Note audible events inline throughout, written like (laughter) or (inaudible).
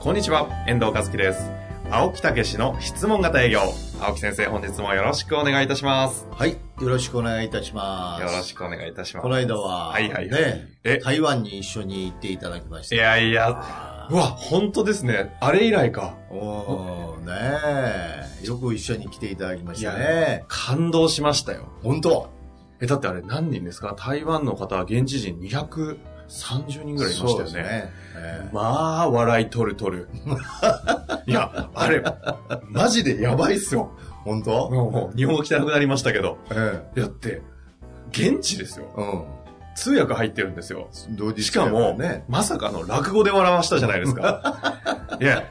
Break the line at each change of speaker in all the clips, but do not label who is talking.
こんにちは、遠藤和樹です。青木武の質問型営業。青木先生、本日もよろしくお願いいたします。
はい。よろしくお願いいたします。
よろしくお願いいたします。
この間は、
はいはいはい。
ね、
え、
台湾に一緒に行っていただきまし
い
た。
やいや、うわ、本当ですね。あれ以来か。
おー、ねえ。よく一緒に来ていただきましたね。
感動しましたよ。
本当
え、だってあれ何人ですか台湾の方、現地人230人ぐらいいましたよ
そうです
ね。
ね。え
まあ、笑い取る取
(laughs)
る。いや、あれ、マジでやばいっすよ。
え本当
もう、日本来たなくなりましたけど。
え
だって、現地ですよ。
え。
通訳入ってるんですよ。
うん。同時
しかも、
ね。
まさかの落語で笑わしたじゃないですか。
(laughs)
いや、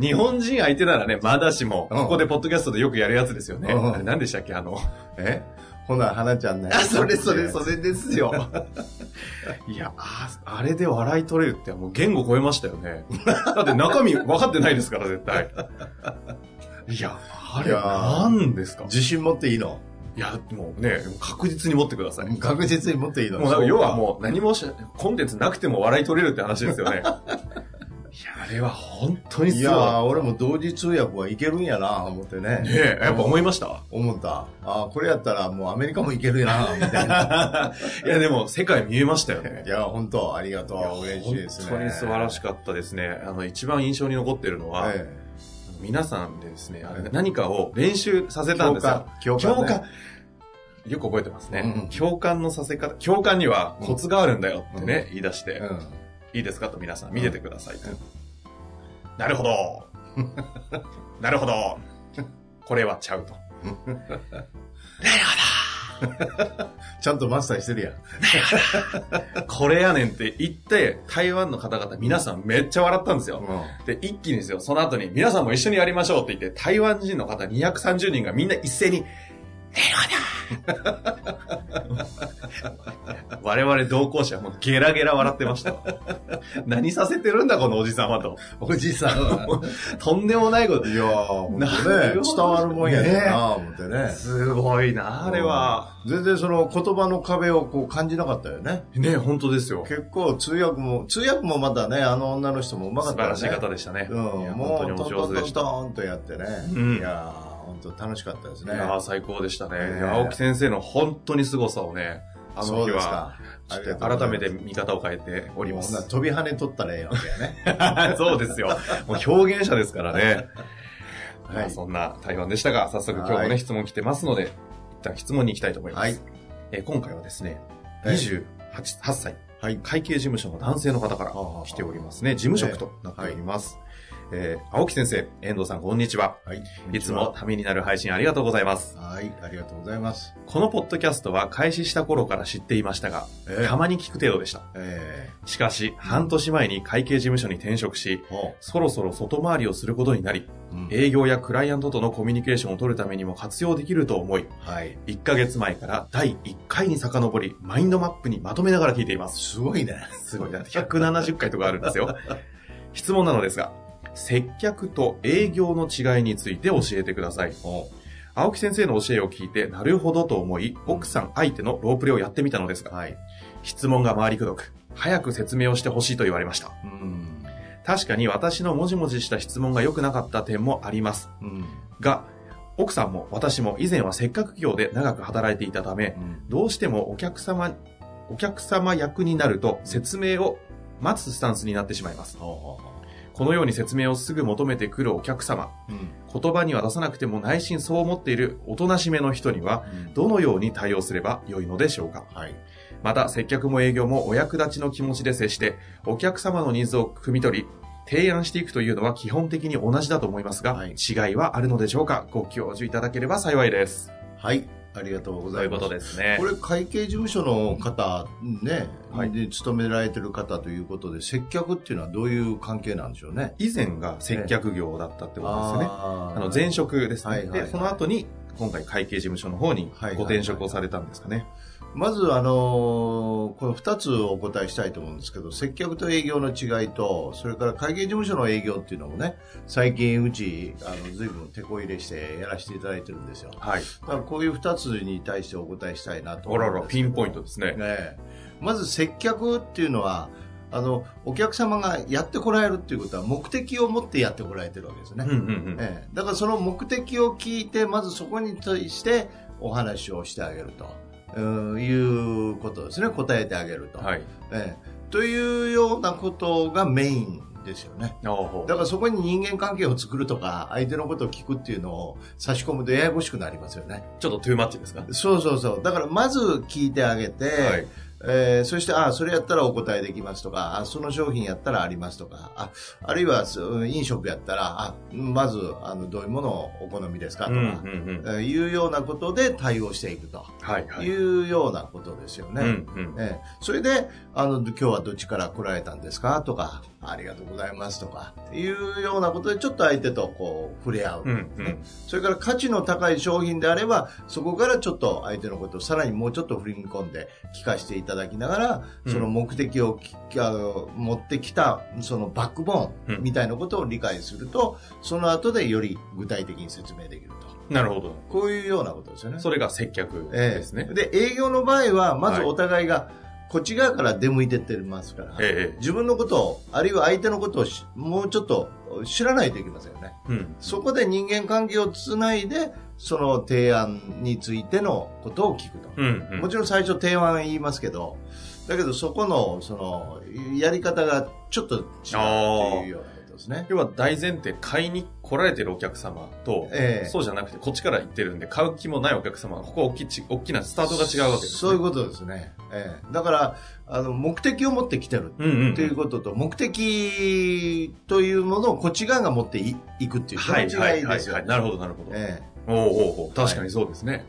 日本人相手ならね、まだしも、
うん
ここでポッドキャストでよくやるやつですよね。
うん
あれ何でしたっけあの、
えほな、花ちゃんね。
あ、それそれそれですよ。いや、ああれで笑い取れるって、もう言語超えましたよね。だって中身分かってないですから、絶対。いや、あれ
いやー
何ですか
自信持っていいの
いや、もうね、確実に持ってください。
確実に持っていいの
もうなんか要はもう何もしコンテンツなくても笑い取れるって話ですよね。
(laughs)
いや、あれは本当に
い
す
や
ごい。
ー俺も同時通訳はいけるんやな、思ってね。
ねえ、やっぱ思いました
思った。あーこれやったらもうアメリカもいけるな、みたいな。
(laughs)
(laughs)
いや、でも世界見えましたよね
い。や、本当ありがとう。嬉しいですね。
本当に素晴らしかったですね。あの、一番印象に残ってるのは、
え
皆さんでですね、あれ
ええ
何かを練習させ
え
たんですよ。
教科。
共
教科
感
ね。。
よく覚えてますね。
うんうん
共感のさせ方、共感にはコツがあるんだよってね、言い出して、
うん。
いいですかと皆さん見ててくださいと、なるほ (laughs) どなるほどこれはちゃうと
ちゃんとマスターしてるやん。
これやねんって言って台湾の方々皆さんめっちゃ笑ったんですよ、で一気にですよその後に皆さんも一緒にやりましょうって言って台湾人の方230人がみんな一斉になるほど (laughs) 我々同行者はもうゲラゲラ笑ってましたわ (laughs) 何させてるんだこのおじさんはと
おじさんは。
(laughs) とんでもないこと
いやー、ほんとね
なるほど、
伝わるもんやねんな、思ってね。
すごいなあれは、
全然その言葉の壁をこう感じなかったよね。
ね、本当ですよ。
結構通訳も、通訳もまたね、あの女の人もうまか
素晴
ったよ
ら
ね。
しい方でしたね。
うん
いや、
も
本当に
うト
お
ント
上
ン
手
ト
で
ン
した。
トンとやってね。
うん
いやー、ほんと楽しかったです
い
ね。
やー最高でしたね。
ね
いや青木先生の本当に凄さをね、あの
そう
日
です
は、
か。
ちょっ
ありが
と
とうご
改
ざいま
め
す
て見方を変えておりま
もうほんなら
す。
飛び跳ね取ったらええわけや
(laughs)
ね。
そうですよ。もう表現者ですからね。
はい
まあそんな台湾でしたが、早速今日も
は
ね、
い
質問来てますので、一旦質問に行きたいと思いま
はい
す。。えー今回はですね、
はい
28 8歳、
はい
会計事務所の男性の方から
はあ
来ておりますね。事務職となっております。えー青木先生、遠藤さん、こんにちは。
はい。
いつも。ためになる配信ありがとうございます。
はい。ありがとうございます。
このポッドキャストは開始した頃から知っていましたが、
え
たまに聞く程度でした。
え
しかし、半年前に会計事務所に転職し、
ーほ
そろそろ外回りをすることになり、
う。うん
営業やクライアントとのコミュニケーションを取るためにも活用できると思い、
はい。
1ヶ月前から第1回に遡り、マインドマップにまとめながら聞いています。
すごいね。
すごいな。170回とかあるんですよ。 (laughs) 質問なのですが、接客と営業の違いについて教えてください。
お
青木先生の教えを聞いて、なるほどと思い、奥さん相手のロープレをやってみたのですが、
はい。
質問が回りくどく、早く説明をしてほしいと言われました。
うん。
確かに私のもじもじした質問が良くなかった点もあります。
うん。
が、奥さんも私も以前は接客業で長く働いていたため、どうしてもお客様、お客様役になると説明を待つスタンスになってしまいます。
ほうほうほ
このように説明をすぐ求めてくるお客様、
う。うん。
言葉には出さなくても内心そう思っているおとなしめの人には、どのように対応すれば良いのでしょうか
はい。
また、接客も営業もお役立ちの気持ちで接して、お客様のニーズを汲み取り、提案していくというのは基本的に同じだと思いますが、
はい
違いはあるのでしょうかご教授いただければ幸いです。
はい。ありがとうご
と
ざ
い
いう
こ
ます
とですね
こ。れ会計事務所の方ね、
はい
で勤められてる方ということで接客っていうのはどういう関係なんでしょうね。
以前が接客業だったってことですね。
あー
あの前職ですね、
はいはいはい
で、その後に今回会計事務所の方に
はいはい
ご転職をされたんですかね。
まず、あのーこの2つお答えしたいと思うんですけど接客と営業の違いとそれから会計事務所の営業っていうのもね最近うちあの随分手こ入れしてやらせていただいてるんですよだ
はい。
からこういう2つに対してお答えしたいなと
おらら、ピンポイン
ト
トですね。
ええまず接客っていうのはあのお客様がやってこられるっていうことは目的を持ってやってこられてるわけですね、
うんうんうん。
ええだからその目的を聞いてまずそこに対してお話をしてあげるとうんいうことですね答えてあげると、
はい。
ええというようなことがメインですよね
なるほ
だ
ど。
からそこに人間関係を作るとか相手のことを聞くっていうのを差し込むとややこしくなりますよね
ちょっとトゥーマッチですか
そうそうそうだからまず聞いてあげて、
はい。
えーそして、あ、それやったらお答えできますとか、あ、その商品やったらありますとか、あ、あるいはそうん飲食やったら、あ、まず、あの、どういうものをお好みですか
う
と
ん
か、
うんうん。
えーいうようなことで対応していくと
はいはい。
いうようなことですよね。
うんうん。
えーそれで、あの、今日はどっちから来られたんですかとか、ありがとうございますとか、いうようなことでちょっと相手とこう、触れ合う。
うんうん。
それから価値の高い商品であれば、そこからちょっと相手のことをさらにもうちょっと振り込んで聞かせていただきながら、
うん
その目的をきあの持ってきた、そのバックボー
うん
ンみたいなことを理解すると、その後でより具体的に説明できると。
なるほど。
こういうようなことですよね。
それが接客
ええ
ですね。
で、営業の場合は、まず
はい
お互いが、こっち側から出向いてってますから、
ええ。
自分のことを、あるいは相手のことをしもうちょっと知らないといけませんよね。
うん。
そこで人間関係をつないで、その提案についてのことを聞くと。
うんうん。
もちろん最初提案言いますけど、だけどそこの、その、やり方がちょっと違うっていうようなことですね。
要は大前提、買いに来られてるお客様と、
ええ
そうじゃなくて、こっちから行ってるんで、買う気もないお客様は、ここは大きいち、大きなスタートが違うわけです、ね。
そういうことですね。ええだから、あの、目的を持ってきてる。
うんうん。
っていうことと、目的というものをこっち側が持っていいくっていう、この
は
違
いはい
い
は
で
い
すよ
は
ね
い。。なるほどなるほど。
ええ
おうおうおう確かにそうですね。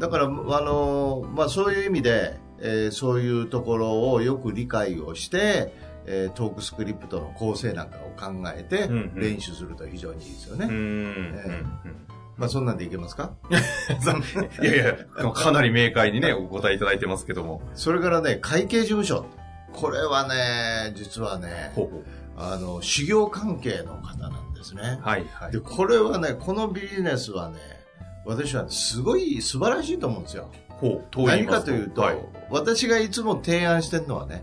だから、あのまあ、そういう意味で、えーそういうところをよく理解をして、えートークスクリプトの構成なんかを考えて
うんうん
練習すると非常にいいですよね。
うーん
えまあ、そんなんでいけます
(laughs)
か
うん。いやいや、かなり明快にね、お答えいただいてますけども。
(laughs) それからね、会計事務所。これはね、実はね、
ほうほう
あの、修行関係の方なんですね。
はいはい
で、。これはね、このビジネスはね、私はすごい素晴らしいと思うんですよ。
ほう、と言
何かというと、
はい
私がいつも提案してるのはね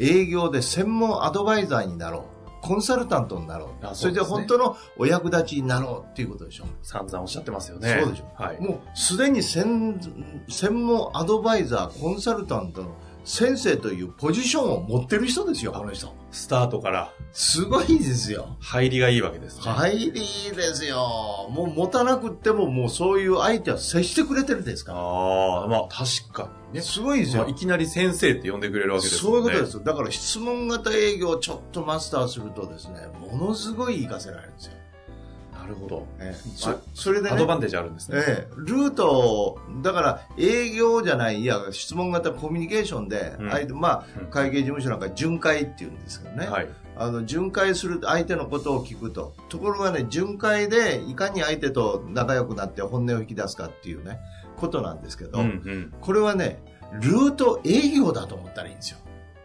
営業で専門アドバイザーになろうコンサルタントになろう
あ
そ
そう
れ
で
です
ね
本当のお役立ちになろうっていうことでしょ、
散々おっしゃってますよね。
そうでしょ
はい。
もうすでに専専門アドバイザーコンサルタントの先生というポジションを持ってる人ですよこの人
スタートから
すごいですよ
入りがいいわけですね。
入りですよもう持たなくってももうそういう相手は接してくれてるですから
ああ、まあ確かにね。
すごいですよ、
まあいきなり先生って呼んでくれるわけです
そうい
よね。
うことですよ。だから質問型営業をちょっとマスターするとですね、ものすごい活かせられるんですよ。
なるほど。
そそれで
アドバ
ね、
ンテージあるんですね。
ええ、ルートを、だから営業じゃない、いや、質問型コミュニケーションで、
うん
相手、ま
うん
あ、会計事務所なんか巡回っていうんですけどね、
はい。
あの、巡回する相手のことを聞くと。ところがね、巡回でいかに相手と仲良くなって本音を引き出すかっていうね、ことなんですけど、
うんうん。
これはね、ルート営業だと思ったらいいんですよ。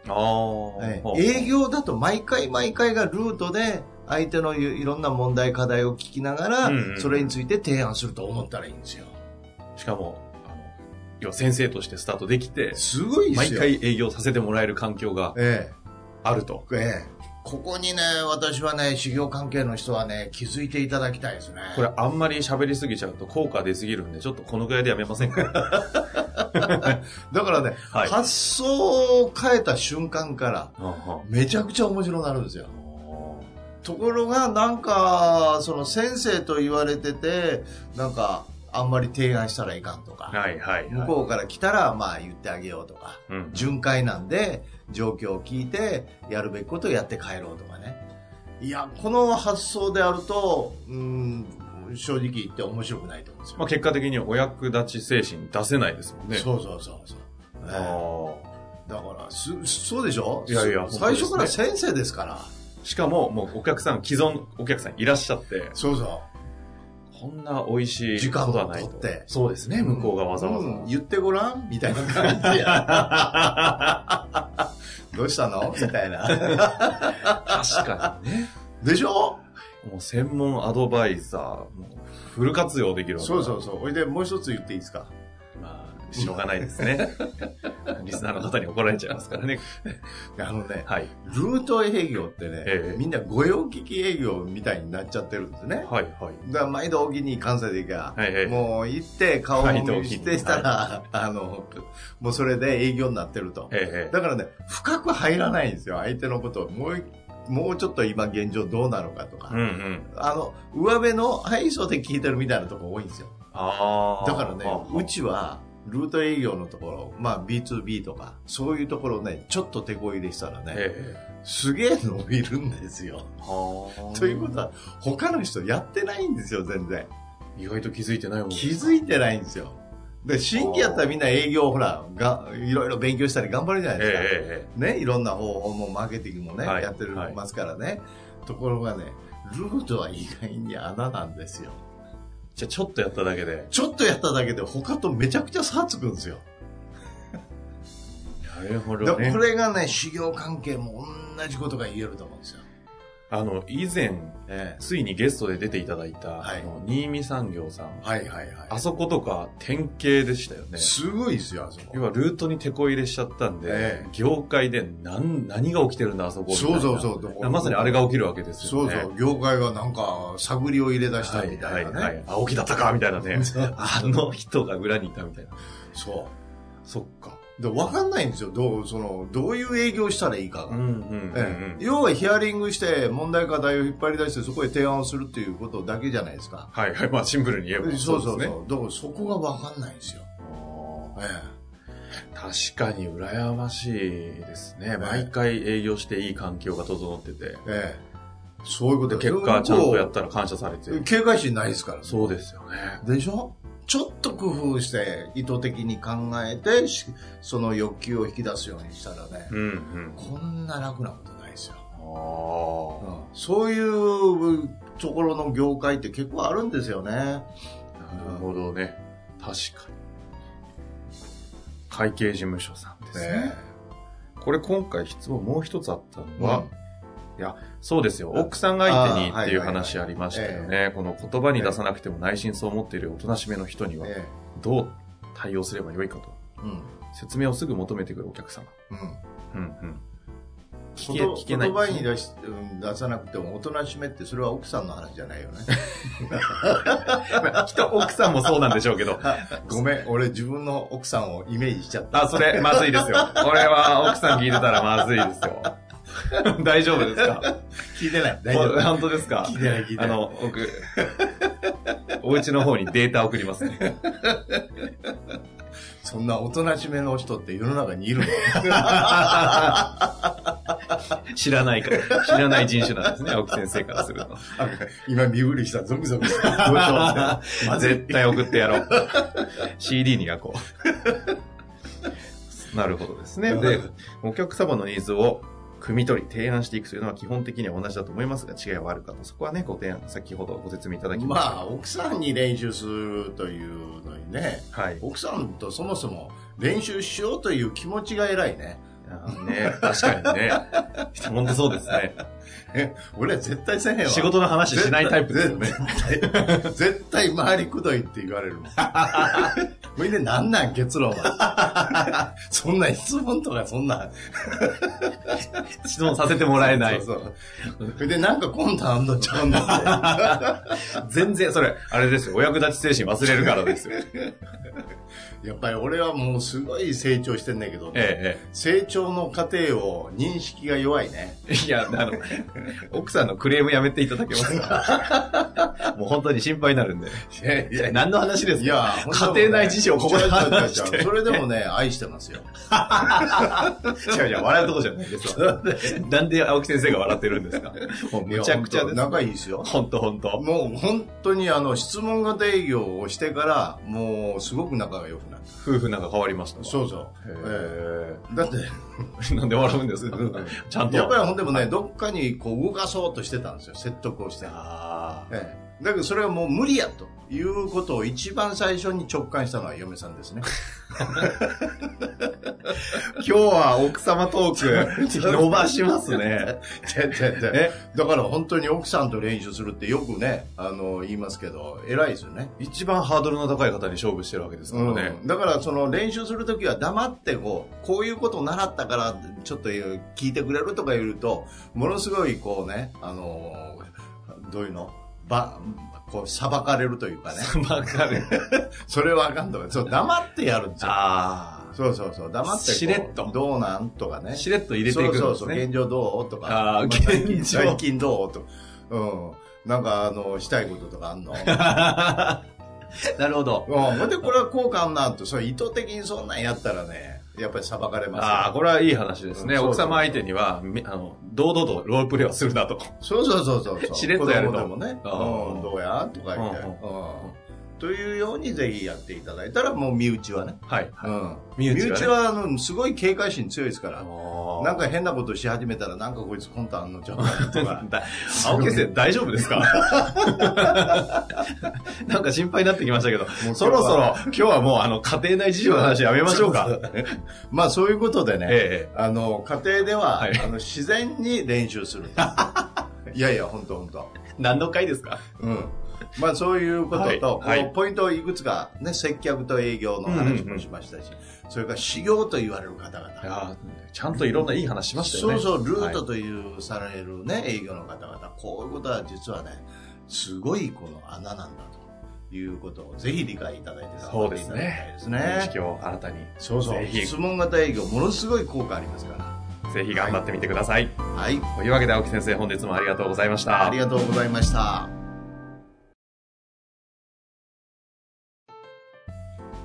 ああ、
え
ほう
え営業だと毎回毎回がルートで相手のいいろんな問題課題を聞きながら、
うんうんうん
それについて提案すると思ったらいいんですよ
しかも、あの、要は先生としてスタートできて、
すごいで
毎
すよ
回営業させてもらえる環境が
え
あると。
えええここにね私はね修行関係の人はね気づいていただきたいですね
これあんまり喋りすぎちゃうと効果出すぎるんで、ちょっとこのぐらいでやめません
(laughs)
か
だからね、
はい
発想を変えた瞬間から
うんうん
めちゃくちゃ面白くなるんですよところがなんかその先生と言われててなんかあんまり提案したらいかんとか、
はいはいはい。
向こうから来たらまあ言ってあげようとか
うん
巡回なんで状況を聞いてやるべきことをやって帰ろうとかねいやこの発想であるとうん正直言って面白くないと思うんですよ。
まあ、結果的にお役立ち精神出せないですもんね。
そうそうそうそう。ね
あ
だからす、そうでしょ
いやいや
そ最初
本当
から
です
先生ですから。
ーしかも、もうお客さん、既存お客さんいらっしゃって、
そうそ
こんな美味しい
時間を
ことはないと
取って
そうですね、
う。
向こうがわざわざ。
うん言ってごらんみたいな感じや。
(laughs)
どうしたのみたいな。
確かにね。
でしょ
もう専門アドバイザー、もうフル活用できるわけ
そうそうそう。ほいで、もう一つ言っていいですか
まあ、しょうがないです
(laughs)
ね。リスナーの方に怒られちゃいますからね。
あのね、
はい。
ルート営業ってね、
ええ
みんな御用聞き営業みたいになっちゃってるんですね。
はい、はい。
だから毎度大喜利に関西で行けば、
はい、はい。
もう行って顔を
毎度大
見
喜利
してしたら、あの、もうそれで営業になってると。
ええ
だからね、深く入らないんですよ、相手のことを。もうい、もうちょっと今現状どうなのかとか。
うんうん。
あの、上辺の配送で聞いてるみたいなとこ多いんですよ。
ああ。
だからね
は、
うちは、ルート営業のところ、まあ B2B とか、そういうところね、ちょっと手こ入れしたらね、
ええ
すげえ伸びるんですよ。
はあ
ということは、他の人やってないんですよ、全然。
意外と気づいてないもん
気づいてないんですよ。で、新規やったらみんな営業、ほら、が、いろいろ勉強したり頑張るじゃない
ええ
ですか。
ええ
ね、いろんな方法もマーケティングもね、
はい
やってる
はい
ますからね、ところがねルートは意外に穴なんですよ
じゃあちょっとやっただけで。
ちょっとやっただけで他とめちゃくちゃ差つくんですよ、
なるほ
だからこれがね修行関係も同じことが言えると思うんですよ、
あの、以前、
え
ついにゲストで出ていただいた、
はい
あの、新見産業さん
え。はいはい
あ
は
そことか典型でしたよ
い
ね。
すごいですよあそこ
要はルートに手こ入れしちゃったんで、
ええ
業界で何何が起きてるんだ、あそこみたいな
そうそうそう
まさにあれが起きるわけです
そ
よ
う
ね。
そう業界がなんか探りを入れ出した
は
み
い
た
はいい
なね、。
はい。青木だったかみたいなね
そう
あの人が裏にいたみたいな。
そ
そっか。
うで分かんないんですよどうそのどういう営業したらいいかが、
うんうんうん、うん。
ええ要はヒアリングして問題課題を引っ張り出してそこへ提案をするっていうことだけじゃないですか。
はいはい。まあシンプルに言えば。
そうそうそう。
ですね
だからそこが分かんないんですよ。え
確かに羨ましいですね。毎回営業していい環境が整ってて。
えええそういうこと
結果ちゃんとやったら感謝されて
向こう警戒心ないですから。
そうですよね。
でしょちょっと工夫して意図的に考えてしその欲求を引き出すようにしたらね、
うんうん。
こんな楽なことないですよ。
あ
そういうところの業界って結構あるんですよね。
あ、なるほどね。確かに。会計事務所さんですね。これ今回質問もう一つあったのは、
うん
そうですよ。奥さん相手に
あー
っていう
はいはいはい
話ありましたよね。この言葉に出さなくても内心そう思っているおとなしめの人には
え
どう対応すればよいかと。
えうん
説明をすぐ求めてくるお客様。
うん
うんうん。聞け、
言
聞けない。
葉に出しうん出さなくてもおとなしめってそれは奥さんの話じゃないよね
(laughs) まあきっと奥さんもそうなんでしょうけど。
(laughs) ごめん俺自分の奥さんをイメージしちゃった
あ、それ、まずいですよ。これは奥さん聞いてたらまずいですよ。 (laughs) 大丈夫ですか
聞いてない大丈
ほ
夫
本当ですか
聞いてない聞いてない
あの、僕、お家の方にデータ送りますね。
そんなおとなしめの人って世の中にいるの
(laughs) 知らないから、知らない人種なんですね、青木先生からすると。
今身振りしたゾクゾク (laughs) した
(laughs) まあ絶対送ってや (laughs) ろう。CD に焼こ (laughs) う。なるほどですね。で、お客様のニーズを汲み取り、提案していくというのは基本的には同じだと思いますが、違いはあるかと。そこはね、ご提案、先ほどご説明いただきました。
まあ奥さんに練習するというのにね
(laughs) はい。
奥さんとそもそも練習しようという気持ちが偉いね (laughs)
あーね、確かにね。ほんとそうですね。
俺は絶対せえへんわ
仕事の話しないタイプですよね。
絶対絶対周りくどいって言われる
(laughs)
もん。ほいでなんなん結論は。 (laughs) そんな質問とかそんな。
質問させてもらえない。
そうそう。ほいでなんか今度あんのちゃうんだ
全然、それ、あれですよ。お役立ち精神忘れるからですよ。 (laughs) え
って。やっぱり俺はもうすごい成長してんだけど、
え、ええ。
成長の過程を認識が弱いね。
いや、あの、奥さんのクレームやめていただけますか (laughs) もう本当に心配になるんで。
いやいや、
何の話ですか
いや
家庭内事情をここで話して
違う違う違うそれでもね、愛してますよ。
違う違う、笑うとこじゃないですわ。なんで青木先生が笑ってるんですかもう (laughs) むちゃくちゃです。
いや本当仲いい
い。
ですよ。
ほんとほんと。
もう本当にあの質問型営業をしてからもうすごく仲が良くなった
夫婦なんか変わりました。
そうそう、え
へ
えだって
え。なんで笑うんですかちゃんと。
やっぱりほんでもねどっかにこう動かそうとしてたんですよ説得をして、
ああ。
ええだけどそれはもう無理やということを一番最初に直感したのは嫁さんです
(laughs)
ね
今日は奥様ト (laughs) ーク、伸ばします (laughs) ね。
違う違う違う
え
だから本当に奥さんと練習するってよくねあの言いますけど偉いですよね
一番ハードルの高い方に勝負してるわけですからね。
うん、だからその練習するときは黙ってこうこういうことを習ったからちょっと聞いてくれるとか言うとものすごいこうねあのーどういうのばこう裁かれるというかね
(laughs) わかる。
それはあかんとかそう黙ってやるんですよ
あ
そうそうそう黙ってこう
しれっと
どうなんとか
あ。
ね
しれっと入れていくんですね。
そうそうそう現状どうとか
あー
ま最近
現状
最近どうとかうんなんかあのしたいこととかあ
(laughs)
んの
なるほど。
うん、ほんでこれはこうかんなとそれ意図的にそんなんやったらねやっぱり裁かれますよ
ああ、これはいい話ですね。
うん
奥様相手には、みあの、堂々とロールプレイをするな
(laughs)
と。
そうそうそうそうそう
しれっとやると
子供でもね、
あー
うん、どうやとか言って、
う
うんん
うん
というようにぜひやっていただいたらもう身内はね、
はい。
うん、
身内はね
身内はあのすごい警戒心強いですから
な
なんか変なことし始めたらなんかこいつコンタあんのちゃうかな
(laughs)
とか
だ青木先生、大丈夫です
(laughs)
かなんか心配になってきましたけど
今、日
そろそろ、今日はもう、あの、家庭内事情の話やめましょうか。
(laughs) まあそういうことでね、
え
あの家庭では、
はい
あの自然に練習する
(laughs)
いやいや本当本当
え、何の回ですか
うんまあそういうことと、
はいはい
こうポイントをいくつか、ね、接客と営業の話もしましたし、それから修行と言われる方々
いやーちゃんといろんないい話しましたよ
そ
ね。
うそうルート
はい
という、される、ね、営業の方々こういうことは実はねすごいこの穴なんだということをぜひ理解いただいて
そうですね
頑張っていただきたいです
認
ね
識を新たに、
そうそう
ぜひ
質問型営業ものすごい効果ありますか
ぜひ頑張ってみてください。
らはい
というわけで、青木先生、本日もありがとうございました。
ありがとうございました